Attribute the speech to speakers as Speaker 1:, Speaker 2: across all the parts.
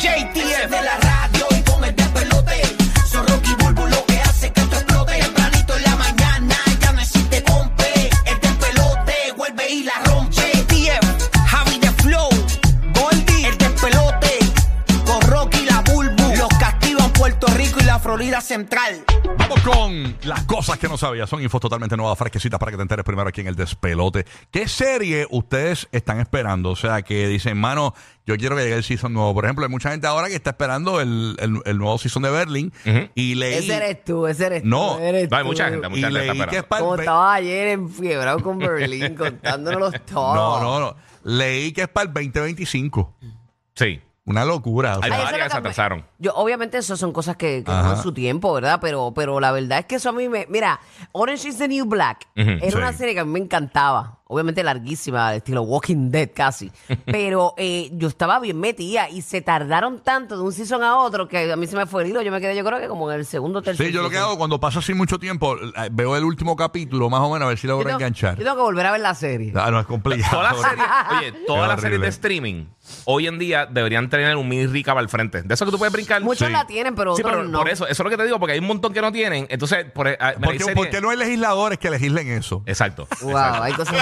Speaker 1: JT es de la radio y con el despelote. Son Rocky Bulbo lo que hace que esto explote. Tempranito en la mañana ya no existe compe. El despelote vuelve y la rompe. JTF, Javi de Flow, Goldie, el despelote. Con Rocky y la Bulbo. Los castigan Puerto Rico y la Florida Central.
Speaker 2: Vamos con las cosas que no sabía. Son infos totalmente nuevas, fresquecitas para que te enteres primero aquí en el despelote. ¿Qué serie ustedes están esperando? O sea, que dicen, mano, yo quiero que llegue el season nuevo. Por ejemplo, hay mucha gente ahora que está esperando el, el- el nuevo season de Berlin y leí,
Speaker 3: Ese eres tú, ese eres
Speaker 2: No,
Speaker 3: tú. eres
Speaker 4: No, hay
Speaker 3: tú.
Speaker 4: mucha gente,
Speaker 2: y
Speaker 4: mucha gente
Speaker 2: leí
Speaker 4: está
Speaker 2: que es
Speaker 4: esperando.
Speaker 2: para el
Speaker 3: Como
Speaker 2: ve-
Speaker 3: estaba ayer enfiebrado con Berlín, contándonos los todos.
Speaker 2: No, no, no. Leí que es para el 2025.
Speaker 4: Sí.
Speaker 2: Una locura. o sea.
Speaker 4: Hay
Speaker 3: Ay, eso
Speaker 4: varias
Speaker 3: no
Speaker 4: que se
Speaker 3: cambia.
Speaker 4: atrasaron.
Speaker 3: Yo, obviamente, eso son cosas que, que toman su tiempo, ¿verdad? Pero, pero la verdad es que eso a mí me. Mira, Orange is the New Black era
Speaker 2: sí.
Speaker 3: una serie que a mí me encantaba. Obviamente larguísima, al estilo Walking Dead casi. Pero eh, yo estaba bien metida y se tardaron tanto de un season a otro que a mí se me fue el hilo. Yo me quedé, yo creo que como en el segundo o tercer
Speaker 2: Sí, yo lo que
Speaker 3: season.
Speaker 2: hago cuando pasa así mucho tiempo, eh, veo el último capítulo más o menos a ver si
Speaker 3: Yo
Speaker 2: logro
Speaker 3: tengo-
Speaker 2: enganchar.
Speaker 3: Yo tengo que volver a ver la serie.
Speaker 2: Ah, no, es complicado.
Speaker 4: Todas las series, oye, todas las
Speaker 2: horrible.
Speaker 4: series de streaming hoy en día deberían tener un mini recap al frente. De eso que tú puedes brincar.
Speaker 3: Muchos
Speaker 4: Sí.
Speaker 3: la tienen, pero
Speaker 4: Sí,
Speaker 3: otros
Speaker 4: pero
Speaker 3: no.
Speaker 4: por eso, eso es lo que te digo, porque hay un montón que no tienen. Entonces, por, ah, mira, Eh,
Speaker 2: ¿Por
Speaker 4: hay
Speaker 2: qué-
Speaker 4: series-
Speaker 2: ¿Por qué no hay legisladores que legislen eso?
Speaker 4: Exacto.
Speaker 3: Wow, hay cosas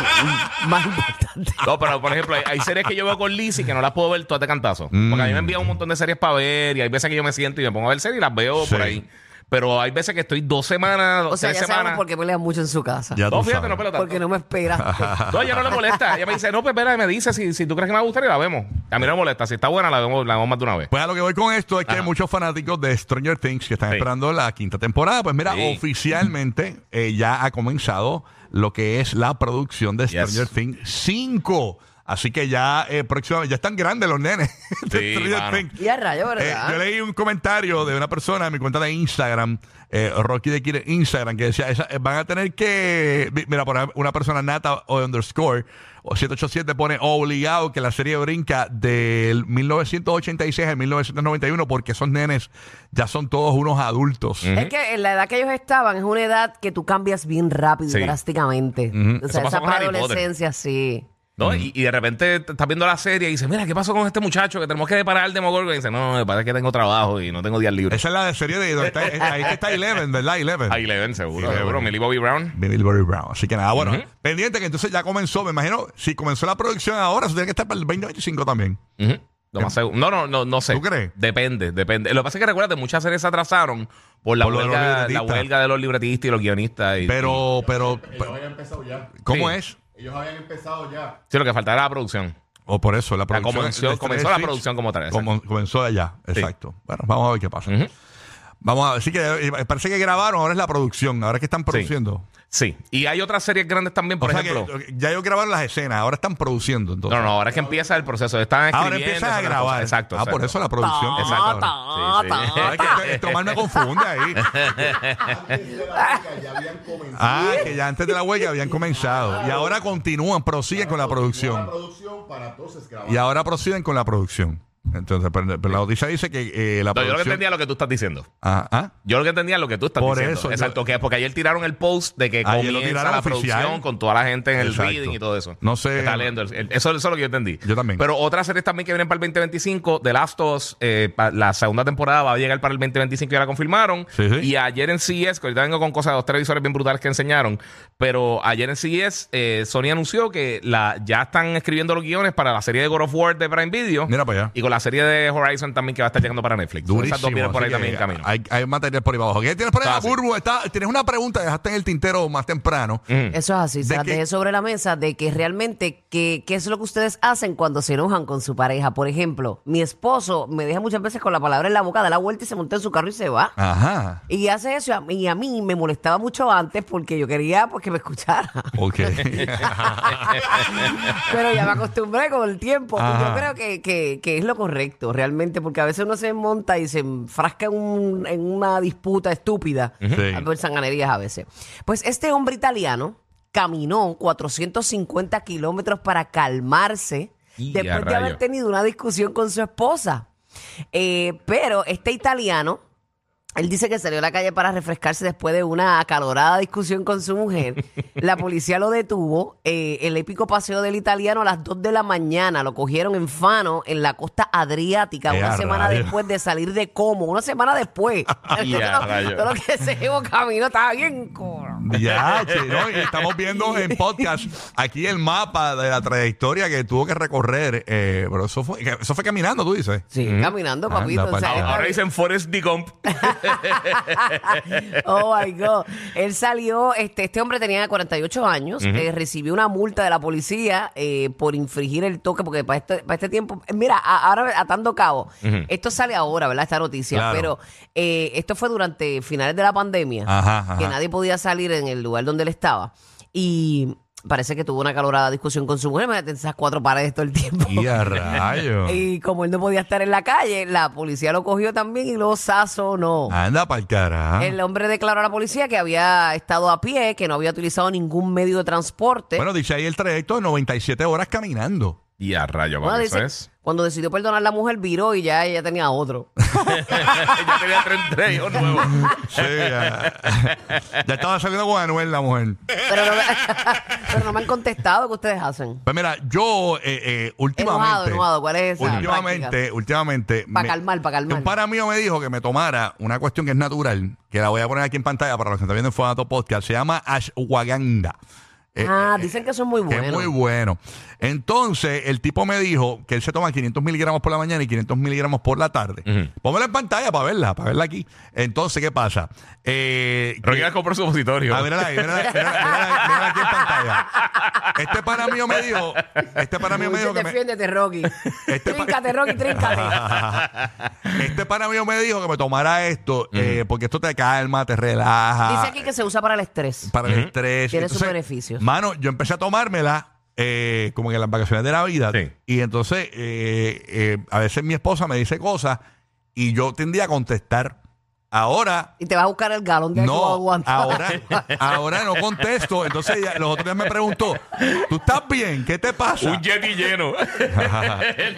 Speaker 3: más importantes.
Speaker 4: No, pero por ejemplo, hay, hay series que yo veo con Lizzy que no las puedo ver todas de cantazo.
Speaker 2: Mm.
Speaker 4: Porque a mí me envían un montón de series para ver y hay veces que yo me siento y me pongo a ver series y las veo
Speaker 2: Sí.
Speaker 4: por ahí. Pero hay veces que estoy dos semanas,
Speaker 3: O sea,
Speaker 4: tres
Speaker 3: ya sabemos
Speaker 4: semanas.
Speaker 3: por qué pelean mucho en su casa.
Speaker 2: Ya
Speaker 4: No,
Speaker 2: tú
Speaker 4: fíjate,
Speaker 2: sabes.
Speaker 4: no pelo tanto.
Speaker 3: Porque no me espera.
Speaker 4: No, ella no le molesta. Ella me dice, no, pues espera, me dice si, si tú crees que me va a gustar y la vemos. A mí no me molesta. Si está buena, la vemos, la vemos más de una vez.
Speaker 2: Pues a lo que voy con esto es que hay muchos fanáticos de Stranger Things que están
Speaker 4: Sí.
Speaker 2: esperando la quinta temporada. Pues mira,
Speaker 4: Sí.
Speaker 2: oficialmente eh, ya ha comenzado lo que es la producción de
Speaker 4: Yes.
Speaker 2: Stranger Things 5. Así que ya eh, próximamente, ya están grandes los nenes de
Speaker 4: Sí,
Speaker 2: Stranger
Speaker 4: mano.
Speaker 2: Things.
Speaker 3: y a rayo,
Speaker 2: Eh,
Speaker 3: ¿verdad?
Speaker 2: yo leí un comentario de una persona en mi cuenta de Instagram, eh, Rocky de Kid en Instagram, que decía, "Esa- eh, van a tener que, mi- mira, por ejemplo, una persona nata o underscore, o 787 pone obligado que la serie brinca del 1986 al 1991 porque son nenes, ya son todos unos adultos.
Speaker 3: Es que en la edad que ellos estaban es una edad que tú cambias bien rápido
Speaker 4: Sí.
Speaker 3: y drásticamente. O
Speaker 4: Eso
Speaker 3: sea,
Speaker 4: pasó
Speaker 3: esa
Speaker 4: con Harry Potter.
Speaker 3: preadolescencia, sí.
Speaker 4: ¿no? Y, y de repente te estás viendo la serie y dices, mira, ¿qué pasó con este muchacho? Que tenemos que deparar el Demogorgon. Y dice, no, no, me parece que tengo trabajo y no tengo días libres.
Speaker 2: Esa es la de serie de... donde está- eh, ahí que está Eleven, ¿verdad? Eleven.
Speaker 4: Ahí le ven, seguro,
Speaker 2: Eleven.
Speaker 4: seguro. Millie Bobby Brown.
Speaker 2: Billy Bobby Brown. Así que nada, bueno, pendiente que entonces ya comenzó, me imagino, si comenzó la producción ahora, eso tiene que estar para el 2025 también.
Speaker 4: Ujú. Lo más seguro. No, no, no, no sé.
Speaker 2: ¿Tú crees?
Speaker 4: Depende, depende. Lo que pasa es que recuérdate, muchas series se atrasaron por la,
Speaker 2: Por lo de los
Speaker 4: huelga, la
Speaker 2: libretistas.
Speaker 4: huelga de los libretistas y los guionistas. y-
Speaker 2: Pero, pero, pero-
Speaker 5: habían empezado ya.
Speaker 2: ¿cómo
Speaker 4: Sí.
Speaker 2: es?
Speaker 5: Ellos habían empezado ya.
Speaker 4: Sí, lo que faltaba era la producción.
Speaker 2: O por eso, la
Speaker 4: La
Speaker 2: producción.
Speaker 4: comenzó-
Speaker 2: de
Speaker 4: comenzó
Speaker 2: Stranger
Speaker 4: la
Speaker 2: Things
Speaker 4: producción como tal,
Speaker 2: como- comenzó allá, exacto. Bueno, vamos a ver qué pasa.
Speaker 4: Ujú.
Speaker 2: Vamos a ver, sí que eh, parece que grabaron, ahora es la producción, ahora es que están produciendo.
Speaker 4: Sí. Y hay otras series grandes también, por
Speaker 2: o sea
Speaker 4: ejemplo.
Speaker 2: que eh, ya ellos grabaron las escenas, ahora están produciendo. Entonces.
Speaker 4: No, no, ahora es que empieza el proceso. Están escribiendo.
Speaker 2: ahora empiezan a
Speaker 4: son las cosas.
Speaker 2: grabar.
Speaker 4: Exacto.
Speaker 2: Ah, por
Speaker 4: exacto.
Speaker 2: eso la producción.
Speaker 3: Ta,
Speaker 2: Exacto.
Speaker 3: ta,
Speaker 4: Sí,
Speaker 3: ta,
Speaker 4: sí.
Speaker 2: Ah, es
Speaker 3: ta.
Speaker 2: que, eh, Tomás me confunde ahí.
Speaker 5: Antes de la beca ya habían comenzado
Speaker 2: Ah, que ya antes de la huelga habían comenzado. Y ahora continúan, prosiguen con la
Speaker 5: la
Speaker 2: producción.
Speaker 5: producción para entonces grabar.
Speaker 2: Y ahora prosiguen con la producción. Entonces, pero, pero la noticia dice que eh, la
Speaker 4: No, yo lo que
Speaker 2: producción.
Speaker 4: entendía es lo que tú estás diciendo.
Speaker 2: Ah, ah.
Speaker 4: Yo lo que entendía es lo que tú estás
Speaker 2: Por
Speaker 4: diciendo.
Speaker 2: eso, yo-
Speaker 4: Exacto, que porque ayer tiraron el post de que
Speaker 2: Ayer lo
Speaker 4: comienza
Speaker 2: tiraron
Speaker 4: la
Speaker 2: oficial.
Speaker 4: producción con toda la gente en el
Speaker 2: Exacto.
Speaker 4: reading y todo eso.
Speaker 2: No sé.
Speaker 4: Está leyendo el- el- eso, eso es lo que yo entendí.
Speaker 2: Yo también.
Speaker 4: Pero otras series también que vienen para el 2025, The Last of Us, eh, pa- la segunda temporada va a llegar para el 2025, ya la confirmaron.
Speaker 2: Sí, sí.
Speaker 4: Y ayer en CES, que ahorita vengo con cosas de los televisores bien brutales que enseñaron, pero ayer en CES, eh, Sony anunció que la, ya están escribiendo los guiones para la serie de God of War de Prime Video.
Speaker 2: Mira para allá.
Speaker 4: Y con la serie de Horizon también que va a estar llegando para Netflix.
Speaker 2: Durísimo.
Speaker 4: Esas dos vienen por
Speaker 2: así
Speaker 4: ahí también en
Speaker 2: que
Speaker 4: camino.
Speaker 2: Hay, hay material por ahí abajo. ¿Qué tienes por ahí?
Speaker 4: Está
Speaker 2: Ah,
Speaker 4: así.
Speaker 2: Burbu, está- tienes una pregunta que dejaste en el tintero más temprano.
Speaker 4: Mm.
Speaker 3: Eso es así,
Speaker 2: ¿De
Speaker 3: se las
Speaker 2: qué?
Speaker 3: dejé sobre la mesa de que realmente que- qué es lo que ustedes hacen cuando se enojan con su pareja. Por ejemplo, mi esposo me deja muchas veces con la palabra en la boca, da la vuelta y se monta en su carro y se va.
Speaker 2: Ajá.
Speaker 3: Y hace eso y a mí, y a mí me molestaba mucho antes porque yo quería pues, que me escuchara.
Speaker 2: Ok.
Speaker 3: Pero ya me acostumbré con el tiempo. Y
Speaker 2: Ajá.
Speaker 3: yo creo que, que- que es lo correcto, realmente, porque a veces uno se monta y se enfrasca en, un- en una disputa estúpida
Speaker 2: Sí.
Speaker 3: a por sanganerías a veces. Pues este hombre italiano caminó 450 kilómetros para calmarse
Speaker 4: Y a
Speaker 3: después de haber
Speaker 4: rayos.
Speaker 3: tenido una discusión con su esposa. Eh, pero este italiano él dice que salió a la calle para refrescarse después de una acalorada discusión con su mujer. La policía lo detuvo. eh, el épico paseo del italiano a las 2 de la mañana lo cogieron en Fano, en la costa adriática,
Speaker 2: ¡Eh, a
Speaker 3: una semana
Speaker 2: rayos!
Speaker 3: después de salir de Como. Una semana después.
Speaker 4: ¡Y a
Speaker 3: Todo lo-
Speaker 4: rayos!
Speaker 3: todo lo que se llevó camino estaba bien. coro.
Speaker 2: Ya, che, ¿no? Y estamos viendo en podcast aquí el mapa de la trayectoria que tuvo que recorrer. eh, pero eso fue, eso fue caminando, tú dices.
Speaker 3: Sí, caminando, papito.
Speaker 2: Mm. Ah, Anda,
Speaker 3: o sea,
Speaker 2: pa'l
Speaker 3: esta
Speaker 4: Ahora
Speaker 3: vida-
Speaker 4: dicen Forest Decomp.
Speaker 3: Oh my God. Él salió, este, este hombre tenía 48 años, eh, recibió una multa de la policía eh, por infringir el toque, porque para este, para este tiempo, eh, mira, a- ahora atando cabo, esto sale ahora, ¿verdad? Esta noticia,
Speaker 2: Claro.
Speaker 3: pero eh, esto fue durante finales de la pandemia,
Speaker 2: Ajá, ajá.
Speaker 3: que nadie podía salir en el lugar donde él estaba. Y parece que tuvo una calorada discusión con su mujer, imagínate esas cuatro paredes todo el tiempo.
Speaker 2: Y a rayos.
Speaker 3: Y como él no podía estar en la calle, la policía lo cogió también y lo sazonó.
Speaker 2: Anda para el carajo.
Speaker 3: El hombre declaró a la policía que había estado a pie, que no había utilizado ningún medio de transporte.
Speaker 2: Bueno, dice ahí el trayecto de 97 horas caminando.
Speaker 4: Y a rayo,
Speaker 3: Bueno,
Speaker 4: papi,
Speaker 3: dice,
Speaker 4: eso es.
Speaker 3: cuando decidió perdonar a la mujer, viró y ya ella tenía otro.
Speaker 4: ya tenía tres tres hijos nuevos.
Speaker 2: Sí, ya. ya estaba saliendo con Anuel la mujer.
Speaker 3: Pero no, me, pero no me han contestado qué ustedes hacen.
Speaker 2: Pues mira, yo eh, eh, últimamente.
Speaker 3: Enojado, enojado, ¿cuál es esa práctica?
Speaker 2: Últimamente, últimamente.
Speaker 3: Pa'
Speaker 2: me-
Speaker 3: calmar, pa' calmar.
Speaker 2: Un pana mío me dijo que me tomara una cuestión que es natural, que la voy a poner aquí en pantalla para los que están viendo en Fonato Podcast. Se llama ashwagandha. Eh,
Speaker 3: ah,
Speaker 2: eh,
Speaker 3: dicen que eso es muy
Speaker 2: que
Speaker 3: bueno.
Speaker 2: es muy bueno. Entonces, el tipo me dijo que él se toma 500 miligramos por la mañana y 500 miligramos por la tarde. Póngala en pantalla para verla, para verla aquí. Entonces, ¿qué pasa? Eh,
Speaker 4: Rocky
Speaker 2: que-
Speaker 4: la compró supositorio.
Speaker 2: Ah, mírala ahí, mírala, mírala, mírala- mírala aquí en pantalla. Este pana mío me dijo, este pana mío me dijo que me,
Speaker 3: Defiéndete, Rocky.
Speaker 2: Este pa-
Speaker 3: tríncate, Rocky, tríncate.
Speaker 2: este pana mío me dijo que me tomara esto eh, porque esto te calma, te relaja.
Speaker 3: Dice aquí que se usa para el estrés.
Speaker 2: para el estrés.
Speaker 3: Tiene sus beneficios.
Speaker 2: Mano, yo empecé a tomármela eh, como que en las vacaciones de Navidad.
Speaker 4: Sí.
Speaker 2: Y entonces, eh, eh, a veces mi esposa me dice cosas y yo tendía a contestar. Ahora
Speaker 3: Y te vas a buscar el galón de agua
Speaker 2: no,
Speaker 3: aguanta.
Speaker 2: ahora, ahora no contesto. Entonces ella, los otros días me preguntó, ¿tú estás bien? ¿Qué te pasa?
Speaker 4: Un jetty lleno.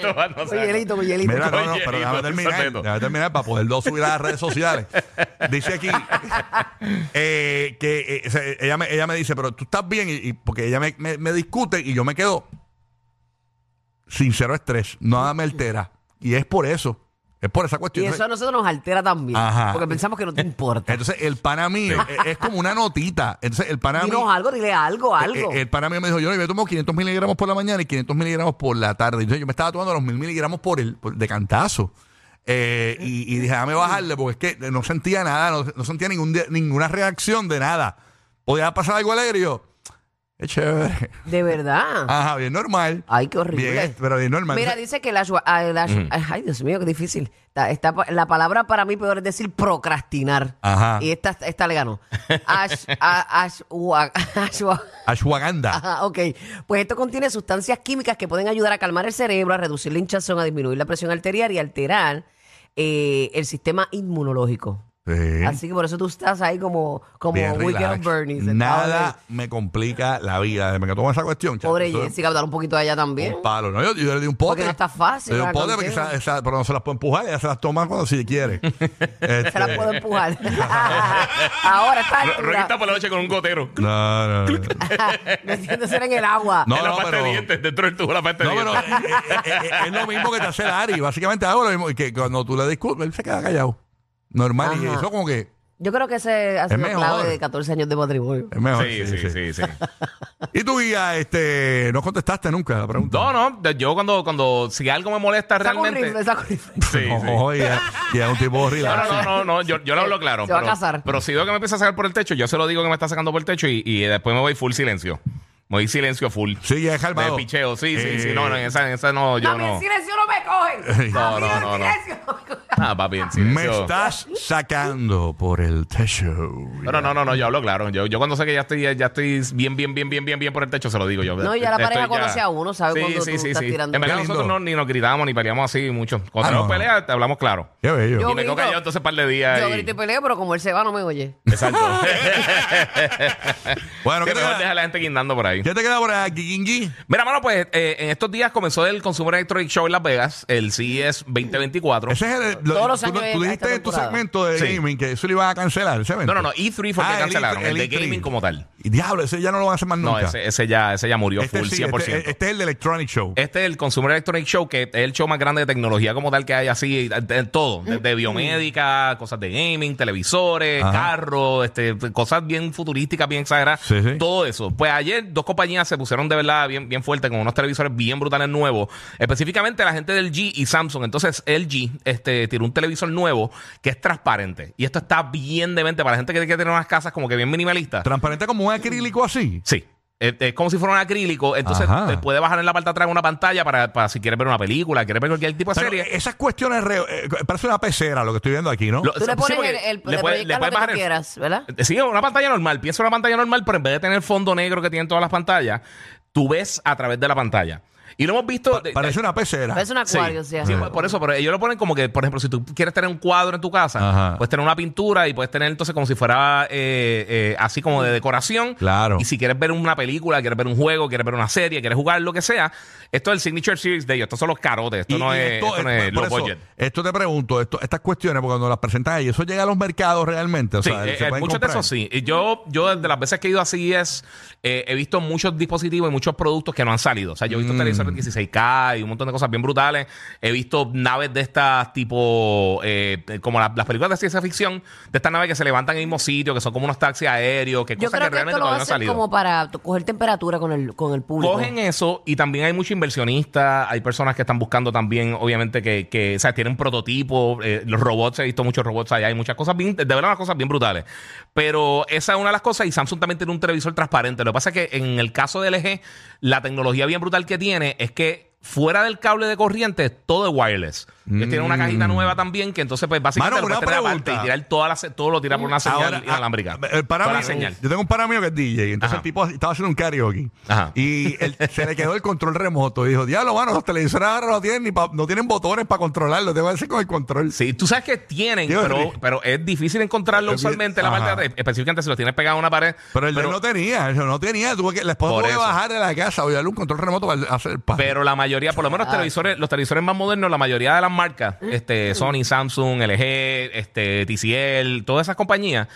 Speaker 4: Tomándose
Speaker 3: Oye,
Speaker 4: algo.
Speaker 3: Lito, oye, Lito.
Speaker 2: Mira, no, no,
Speaker 4: Oye,
Speaker 2: pero
Speaker 4: hijo,
Speaker 2: déjame
Speaker 4: tú
Speaker 2: terminar,
Speaker 4: estás neto.
Speaker 2: déjame terminar para poderlo subir a las redes sociales. Dice aquí eh, que eh, o sea, ella, me, ella me dice, pero tú estás bien, y, y- porque ella me, me- me discute y yo me quedo sincero estrés, nada me altera. Y es por eso, es por esa cuestión.
Speaker 3: Y eso a nosotros nos altera también.
Speaker 2: Ajá. Eh,
Speaker 3: Porque pensamos que no te importa.
Speaker 2: Entonces, el pana mío eh, es como una notita. Entonces, el pana mío...
Speaker 3: Dinos algo, dile algo, algo.
Speaker 2: Eh, eh, El pana mío me dijo, yo le tomo 500 miligramos por la mañana y 500 miligramos por la tarde. Entonces yo me estaba tomando los 1000 miligramos por el, por- de cantazo. Eh, y, y dije, déjame bajarle porque es que no sentía nada, no, no sentía ningún, día- ninguna reacción de nada. Podía pasar algo alegre y yo, es chévere.
Speaker 3: De verdad.
Speaker 2: Ajá, bien normal.
Speaker 3: Ay, qué horrible.
Speaker 2: Bien, pero bien normal.
Speaker 3: Mira,
Speaker 2: Entonces,
Speaker 3: dice que la... Ay, Dios mío, qué difícil. Está, está- la palabra para mí peor es decir procrastinar.
Speaker 2: Ajá.
Speaker 3: Y esta, esta le ganó. Ash, a- ash- ua- ashwa-
Speaker 2: ashwagandha.
Speaker 3: Ajá, ok. Pues esto contiene sustancias químicas que pueden ayudar a calmar el cerebro, a reducir la hinchazón, a disminuir la presión arterial y alterar eh, el sistema inmunológico.
Speaker 2: Sí.
Speaker 3: Así que por eso tú estás ahí como, como
Speaker 2: Bien
Speaker 3: Weekend
Speaker 2: relax.
Speaker 3: of Bernie. sentado en
Speaker 2: Nada
Speaker 3: el-
Speaker 2: me complica la vida. Me tomo esa cuestión. chacho.
Speaker 3: Pobre
Speaker 2: Eso es-
Speaker 3: Jessica, hablar un poquito de ella también.
Speaker 2: Un palo, ¿no? Yo, yo le di un pote.
Speaker 3: Porque no está fácil,
Speaker 2: Le di un
Speaker 3: la
Speaker 2: pote porque
Speaker 3: contienda.
Speaker 2: esa- esa- pero no se las puede empujar, ella se las toma cuando si quiere. Este,
Speaker 3: Se la puedo empujar. Ahora está
Speaker 4: Ro- Rocky
Speaker 3: altura.
Speaker 4: está por la noche con un gotero.
Speaker 2: No, no, no.
Speaker 3: Metiéndose en el agua.
Speaker 2: No,
Speaker 4: en la
Speaker 2: no,
Speaker 4: pasta
Speaker 2: pero-
Speaker 4: de dientes, dentro del tubo la pasta
Speaker 2: No,
Speaker 4: de
Speaker 2: pero
Speaker 4: dientes.
Speaker 2: eh, eh, eh, es lo mismo que te hace el Ari. Básicamente hago lo mismo. Y que cuando tú le disculpas, él se queda callado. Normal. Y
Speaker 3: Ajá.
Speaker 2: eso como que
Speaker 3: Yo creo que ese ha sido
Speaker 2: mejor.
Speaker 3: clave de 14 años de matrimonio.
Speaker 2: es mejor.
Speaker 4: Sí, sí, sí, sí.
Speaker 2: Y tú, guía, este, no contestaste nunca la pregunta.
Speaker 4: No, no, de- yo cuando, cuando si algo me molesta
Speaker 3: Saca un
Speaker 4: realmente.
Speaker 3: rifle, saca un rifle.
Speaker 4: Sí, sí.
Speaker 2: Ojo, guía, guía es un tipo
Speaker 4: No,
Speaker 2: relax.
Speaker 4: no, no, no, no, yo, yo lo hablo claro.
Speaker 3: Se va a
Speaker 4: pero-
Speaker 3: casar.
Speaker 4: Pero si veo que me empieza a sacar por el techo, yo se lo digo que me está sacando por el techo y, y después me voy full silencio. Me voy silencio full.
Speaker 2: Sí, ya es calmado.
Speaker 4: De picheo, sí, sí,
Speaker 2: Eh,
Speaker 4: sí. No, no, en esa, en esa no, yo
Speaker 3: a mí
Speaker 4: no.
Speaker 3: el silencio no me cogen.
Speaker 4: No,
Speaker 3: a mí
Speaker 4: no,
Speaker 3: el
Speaker 4: no, no.
Speaker 3: silencio no me cogen.
Speaker 4: Ah, papi, en
Speaker 2: Me
Speaker 4: silencio.
Speaker 2: estás sacando por el techo.
Speaker 4: Pero no, no, no, yo hablo claro. Yo, yo cuando sé que ya estoy, ya estoy bien, bien, bien, bien, bien, bien por el techo, se lo digo yo.
Speaker 3: No, ya la
Speaker 4: Estoy
Speaker 3: pareja conoce a uno, sabe
Speaker 4: sí,
Speaker 3: cuando
Speaker 4: sí,
Speaker 3: tú
Speaker 4: sí,
Speaker 3: estás
Speaker 4: sí.
Speaker 3: tirando.
Speaker 4: En verdad
Speaker 2: Qué lindo.
Speaker 4: nosotros no, ni nos gritamos ni peleamos así mucho.
Speaker 2: Ah,
Speaker 4: Cuando tenemos
Speaker 2: no, no.
Speaker 4: pelea, te hablamos claro.
Speaker 2: Qué bello.
Speaker 4: Y me quedo
Speaker 3: grito.
Speaker 4: callado entonces un par de días.
Speaker 3: Yo
Speaker 4: y-
Speaker 3: grito y peleo, pero como él se va, no me oye.
Speaker 4: Exacto.
Speaker 2: Bueno,
Speaker 4: que
Speaker 2: ¿qué te,
Speaker 4: mejor deja a
Speaker 2: queda?
Speaker 4: la gente guindando por ahí.
Speaker 2: ¿Qué te queda por aquí, Kingi?
Speaker 4: Mira, mano, pues eh, en estos días comenzó el Consumer Electronic Show en Las Vegas, el E CES 2024.
Speaker 2: Ese es el. lo-
Speaker 3: Todos los
Speaker 2: tú,
Speaker 3: años
Speaker 2: tú
Speaker 3: es- esta
Speaker 2: dijiste en tu
Speaker 3: temporada.
Speaker 2: segmento de
Speaker 4: Sí.
Speaker 2: gaming que eso lo iban a cancelar. Ese evento.
Speaker 4: No, no, no, E3 fue el
Speaker 2: Ah,
Speaker 4: que cancelaron, el, de
Speaker 2: E3.
Speaker 4: gaming como tal.
Speaker 2: Y diablo, ese ya no lo van a hacer más
Speaker 4: No,
Speaker 2: nunca.
Speaker 4: ese, ese ya, ese ya murió
Speaker 2: este,
Speaker 4: full,
Speaker 2: sí,
Speaker 4: 100%.
Speaker 2: este, este es el de Electronic Show.
Speaker 4: Este es el Consumer Electronic Show, que es el show más grande de tecnología como tal que hay así, de, de todo, desde biomédica, cosas de gaming, televisores,
Speaker 2: Ajá.
Speaker 4: carros, este, cosas bien futurísticas, bien exageradas,
Speaker 2: Sí, sí.
Speaker 4: todo eso. Pues ayer dos compañías se pusieron de verdad bien, bien fuerte con unos televisores bien brutales nuevos, específicamente la gente del G y Samsung. Entonces LG este, tiró un televisor nuevo que es transparente y esto está bien demente para la gente que quiere tener unas casas como que bien minimalistas.
Speaker 2: Transparente como un acrílico así.
Speaker 4: Sí. Es, es como si fuera un acrílico. Entonces
Speaker 2: Ajá.
Speaker 4: te puede bajar en la parte de atrás una pantalla para, para si quieres ver una película, quieres ver cualquier tipo de
Speaker 2: Pero,
Speaker 4: serie.
Speaker 2: eh, esas cuestiones re- eh, parece una pecera lo que estoy viendo aquí, ¿no?
Speaker 4: Lo-
Speaker 3: Tú le
Speaker 4: sí,
Speaker 3: pones
Speaker 4: porque
Speaker 3: el, el-
Speaker 4: le
Speaker 3: le
Speaker 4: puede- le
Speaker 3: proyectas
Speaker 4: puede
Speaker 3: lo que tú
Speaker 4: bajar el- Ah, Eh,
Speaker 3: quieras, ¿verdad?
Speaker 4: Sí, una pantalla normal. Piensa en una pantalla normal, pero en vez de tener el fondo negro que tienen todas las pantallas, tú ves a través de la pantalla. Y lo hemos visto. de-
Speaker 2: parece una pecera.
Speaker 3: Es un
Speaker 4: Sí,
Speaker 3: acuario, o sea.
Speaker 4: sí, por eso, pero ellos lo ponen como que, por ejemplo, si tú quieres tener un cuadro en tu casa,
Speaker 2: Ajá.
Speaker 4: puedes tener una pintura y puedes tener entonces como si fuera eh, eh, así como de decoración.
Speaker 2: Claro.
Speaker 4: Y si quieres ver una película, quieres ver un juego, quieres ver una serie, quieres jugar lo que sea, esto es el Signature Series de ellos. Estos son los carotes. Esto
Speaker 2: Y-
Speaker 4: no
Speaker 2: y
Speaker 4: es, esto no es
Speaker 2: por
Speaker 4: low
Speaker 2: eso,
Speaker 4: budget.
Speaker 2: esto te pregunto, esto, estas cuestiones, porque cuando las presentan ahí, eso llega a los mercados realmente. O
Speaker 4: Sí,
Speaker 2: sea,
Speaker 4: eh,
Speaker 2: se
Speaker 4: eh,
Speaker 2: pueden
Speaker 4: muchos de
Speaker 2: comprar.
Speaker 4: esos sí. Y Yo, yo de las veces que he ido así es, eh, he visto muchos dispositivos y muchos productos que no han salido. O sea, yo
Speaker 2: Mm.
Speaker 4: he visto televisores 16K y un montón de cosas bien brutales. He visto naves de estas tipo, eh, como la- las películas de ciencia ficción, de estas naves que se levantan en el mismo sitio, que son como unos taxis aéreos, que
Speaker 3: Yo creo
Speaker 4: cosas que
Speaker 3: que esto
Speaker 4: realmente
Speaker 3: lo
Speaker 4: todavía no han
Speaker 3: hacen
Speaker 4: salido.
Speaker 3: como para to- coger temperatura con el, con el público.
Speaker 4: Cogen eso y también hay muchos inversionistas, hay personas que están buscando también, obviamente, que, que o sea, tienen prototipos, eh, los robots, he visto muchos robots allá, hay muchas cosas bien, de verdad, unas cosas bien brutales. Pero esa es una de las cosas y Samsung también tiene un televisor transparente. Lo que pasa es que en el caso de LG, la tecnología bien brutal que tiene es que fuera del cable de corriente, todo es wireless. Ellos tienen una cajita nueva también que entonces, pues, básicamente
Speaker 2: Mm. Mano,
Speaker 4: lo puedes
Speaker 2: una
Speaker 4: tener aparte
Speaker 2: pregunta.
Speaker 4: y tirar todas las- todo lo tira por una señal
Speaker 2: Ahora,
Speaker 4: inalámbrica.
Speaker 2: ah, el para
Speaker 4: Toda
Speaker 2: mí-
Speaker 4: la señal.
Speaker 2: Yo tengo un para mío que es DJ. Entonces
Speaker 4: Ajá.
Speaker 2: el tipo estaba haciendo un karaoke.
Speaker 4: Ajá.
Speaker 2: Y él- se le quedó el control remoto. Y dijo, diablo, mano, los televisores ahora no tienen, ni pa- no tienen botones para controlarlo. Te voy a decir con el control.
Speaker 4: Sí, tú sabes que tienen,
Speaker 2: Dios
Speaker 4: pero,
Speaker 2: mío.
Speaker 4: pero es difícil encontrarlo
Speaker 2: Pero
Speaker 4: usualmente en la
Speaker 2: bien,
Speaker 4: parte de
Speaker 2: ajá.
Speaker 4: atrás, específicamente si lo tienes pegado a una pared.
Speaker 2: Pero el de él no tenía, él no tenía. Tuvo que, la esposa
Speaker 4: Por
Speaker 2: tuvo que
Speaker 4: eso.
Speaker 2: bajar de la casa, oye, darle un control remoto para hacer el pan.
Speaker 4: pero la mayoría, por lo menos los televisores, los televisores más modernos, la mayoría de las marcas, este, Sony, Samsung, LG, este, TCL, todas esas compañías,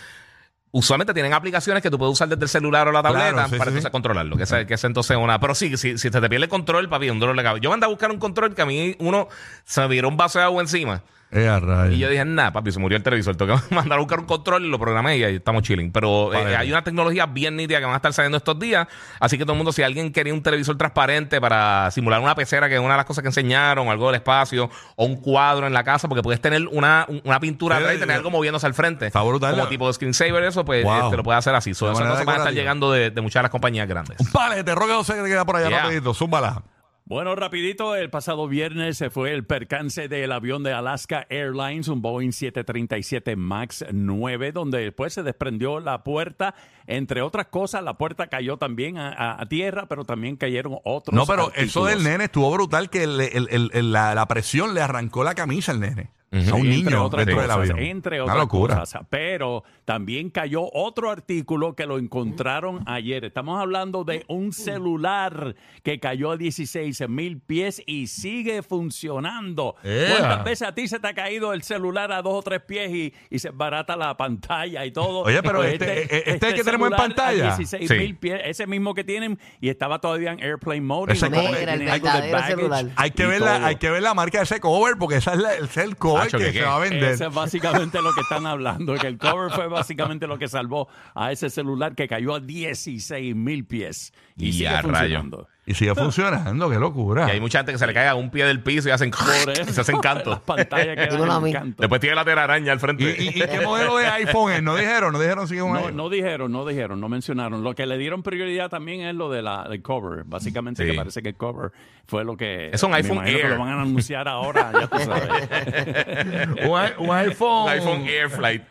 Speaker 4: usualmente tienen aplicaciones que tú puedes usar desde el celular o la
Speaker 2: Claro,
Speaker 4: tableta
Speaker 2: sí, sí,
Speaker 4: para entonces
Speaker 2: sí.
Speaker 4: controlarlo. Que esa, que esa entonces es una. Pero sí, si, si se te pierde el control, papi, un dolor de cabeza. Yo mandé a buscar un control que a mí uno se me viró un vaso de agua encima.
Speaker 2: Eh, a rayos.
Speaker 4: Y yo dije, nada, papi, se murió el televisor. Tengo que mandar a buscar un control y lo programé y ahí estamos chilling. Pero eh,
Speaker 2: Vale.
Speaker 4: hay una tecnología bien nítida que van a estar saliendo estos días. Así que todo el mundo, si alguien quería un televisor transparente para simular una pecera, que es una de las cosas que enseñaron, o algo del espacio, o un cuadro en la casa, porque puedes tener una, un- una pintura
Speaker 2: Sí,
Speaker 4: atrás y
Speaker 2: sí,
Speaker 4: tener
Speaker 2: sí.
Speaker 4: algo moviéndose al frente.
Speaker 2: Está brutal,
Speaker 4: Como
Speaker 2: la-
Speaker 4: tipo de screensaver, eso, pues
Speaker 2: Wow.
Speaker 4: eh, te lo puedes hacer así. So,
Speaker 2: De
Speaker 4: esas
Speaker 2: manera
Speaker 4: cosas van a estar
Speaker 2: decorativa.
Speaker 4: llegando de, de muchas de las compañías grandes.
Speaker 2: Vale, te roque José que te queda por allá
Speaker 4: Yeah.
Speaker 2: rapidito. Zúmbala.
Speaker 6: Bueno, rapidito, el pasado viernes se fue el percance del avión de Alaska Airlines, un Boeing 737 MAX 9, donde después se desprendió la puerta. Entre otras cosas, la puerta cayó también a, a- a tierra, pero también cayeron otros
Speaker 2: No, pero eso
Speaker 6: artículos.
Speaker 2: del nene estuvo brutal que el- el- el- el- la, la presión le arrancó la camisa al nene. A un
Speaker 6: Sí, entre
Speaker 2: niño
Speaker 6: otras
Speaker 2: dentro del
Speaker 6: cosas,
Speaker 2: avión.
Speaker 6: entre
Speaker 2: Una
Speaker 6: otras
Speaker 2: locura.
Speaker 6: cosas. Pero también cayó otro artículo que lo encontraron ayer. Estamos hablando de un celular que cayó a 16 mil pies y sigue funcionando.
Speaker 2: ¡Ea!
Speaker 6: ¿Cuántas veces a ti se te ha caído el celular a dos o tres pies y, y se barata la pantalla y todo? Pues
Speaker 2: Oye, pero este- e- este que tenemos en
Speaker 6: celular a
Speaker 2: pantalla.
Speaker 6: 16
Speaker 4: Sí.
Speaker 6: mil pies, ese mismo que tienen y estaba todavía en airplane mode. y
Speaker 2: Ese
Speaker 6: lo
Speaker 2: que-
Speaker 6: tienen
Speaker 2: el
Speaker 6: algo de
Speaker 3: verdadero
Speaker 6: baggage
Speaker 3: celular.
Speaker 2: Hay que,
Speaker 6: y
Speaker 2: ver la,
Speaker 6: todo.
Speaker 2: hay que ver la marca de ese cover, porque ese es, la- ese es el cover
Speaker 4: Hacho,
Speaker 2: que,
Speaker 4: ¿que
Speaker 2: se
Speaker 4: qué?
Speaker 2: va a vender.
Speaker 6: Eso es básicamente lo que están hablando, que el cover fue básicamente lo que salvó a ese celular que cayó a 16 mil pies. Y,
Speaker 4: Y
Speaker 6: sigue
Speaker 4: a rayo.
Speaker 6: funcionando.
Speaker 2: Y sigue funcionando, qué locura.
Speaker 4: Y hay mucha gente que se le cae a un pie del piso y hacen y se hacen canto.
Speaker 6: Las pantallas que
Speaker 3: Dímelo a
Speaker 6: dan
Speaker 3: mí.
Speaker 6: encanto.
Speaker 4: Después tiene la telaraña al frente.
Speaker 2: ¿Y, y- y qué modelo de iPhone es? ¿No dijeron? ¿No dijeron si es un
Speaker 6: No,
Speaker 2: iPhone?
Speaker 6: no dijeron, no dijeron, no mencionaron. Lo que le dieron prioridad también es lo de la, del cover. Básicamente
Speaker 4: Sí.
Speaker 6: que parece que el cover fue lo que...
Speaker 4: Es un
Speaker 6: me
Speaker 4: iPhone
Speaker 6: imagino que
Speaker 4: Air.
Speaker 6: lo van a anunciar ahora, ya tú sabes.
Speaker 2: Un, i- un iPhone. Eh.
Speaker 4: Un iPhone Air Flight.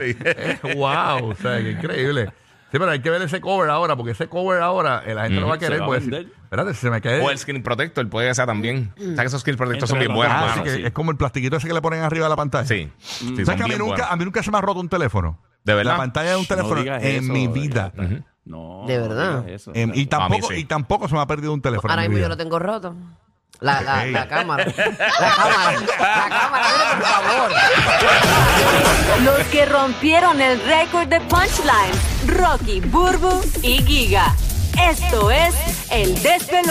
Speaker 4: Sí.
Speaker 2: wow, o sea, que increíble. Sí, pero hay que ver ese cover ahora, porque ese cover ahora eh, la gente lo va a
Speaker 6: se
Speaker 2: querer.
Speaker 6: va a
Speaker 2: pues,
Speaker 6: vender.
Speaker 2: espérate, se me cae.
Speaker 4: O el Screen Protector puede que sea también. O sea que esos Screen Protectors son
Speaker 6: Entre
Speaker 4: bien
Speaker 6: los
Speaker 4: buenos,
Speaker 6: dos,
Speaker 2: Ah,
Speaker 4: mano.
Speaker 2: así que
Speaker 6: sí.
Speaker 2: es como el plastiquito ese que le ponen arriba de la pantalla.
Speaker 4: Sí. sí, son
Speaker 2: ¿Sabes que a mí,
Speaker 4: bien
Speaker 2: nunca,
Speaker 4: buenos.
Speaker 2: a mí nunca se me ha roto un teléfono?
Speaker 4: ¿De verdad?
Speaker 2: La pantalla de un teléfono
Speaker 6: No digas
Speaker 2: en
Speaker 6: eso,
Speaker 2: mi
Speaker 6: de
Speaker 2: vida.
Speaker 6: verdad. No,
Speaker 3: De verdad.
Speaker 6: no digas eso,
Speaker 2: Em, y,
Speaker 6: espérate.
Speaker 2: tampoco,
Speaker 4: sí.
Speaker 2: y tampoco se me ha perdido un teléfono.
Speaker 3: Ahora
Speaker 2: en mi
Speaker 3: mismo yo
Speaker 2: vida.
Speaker 3: lo tengo roto. La, la,
Speaker 2: Ey.
Speaker 3: la cámara. La cámara. La cámara. mira, por favor.
Speaker 7: Los que rompieron el récord de punchline, Rocky, Burbu y Giga. Esto es el desvelo.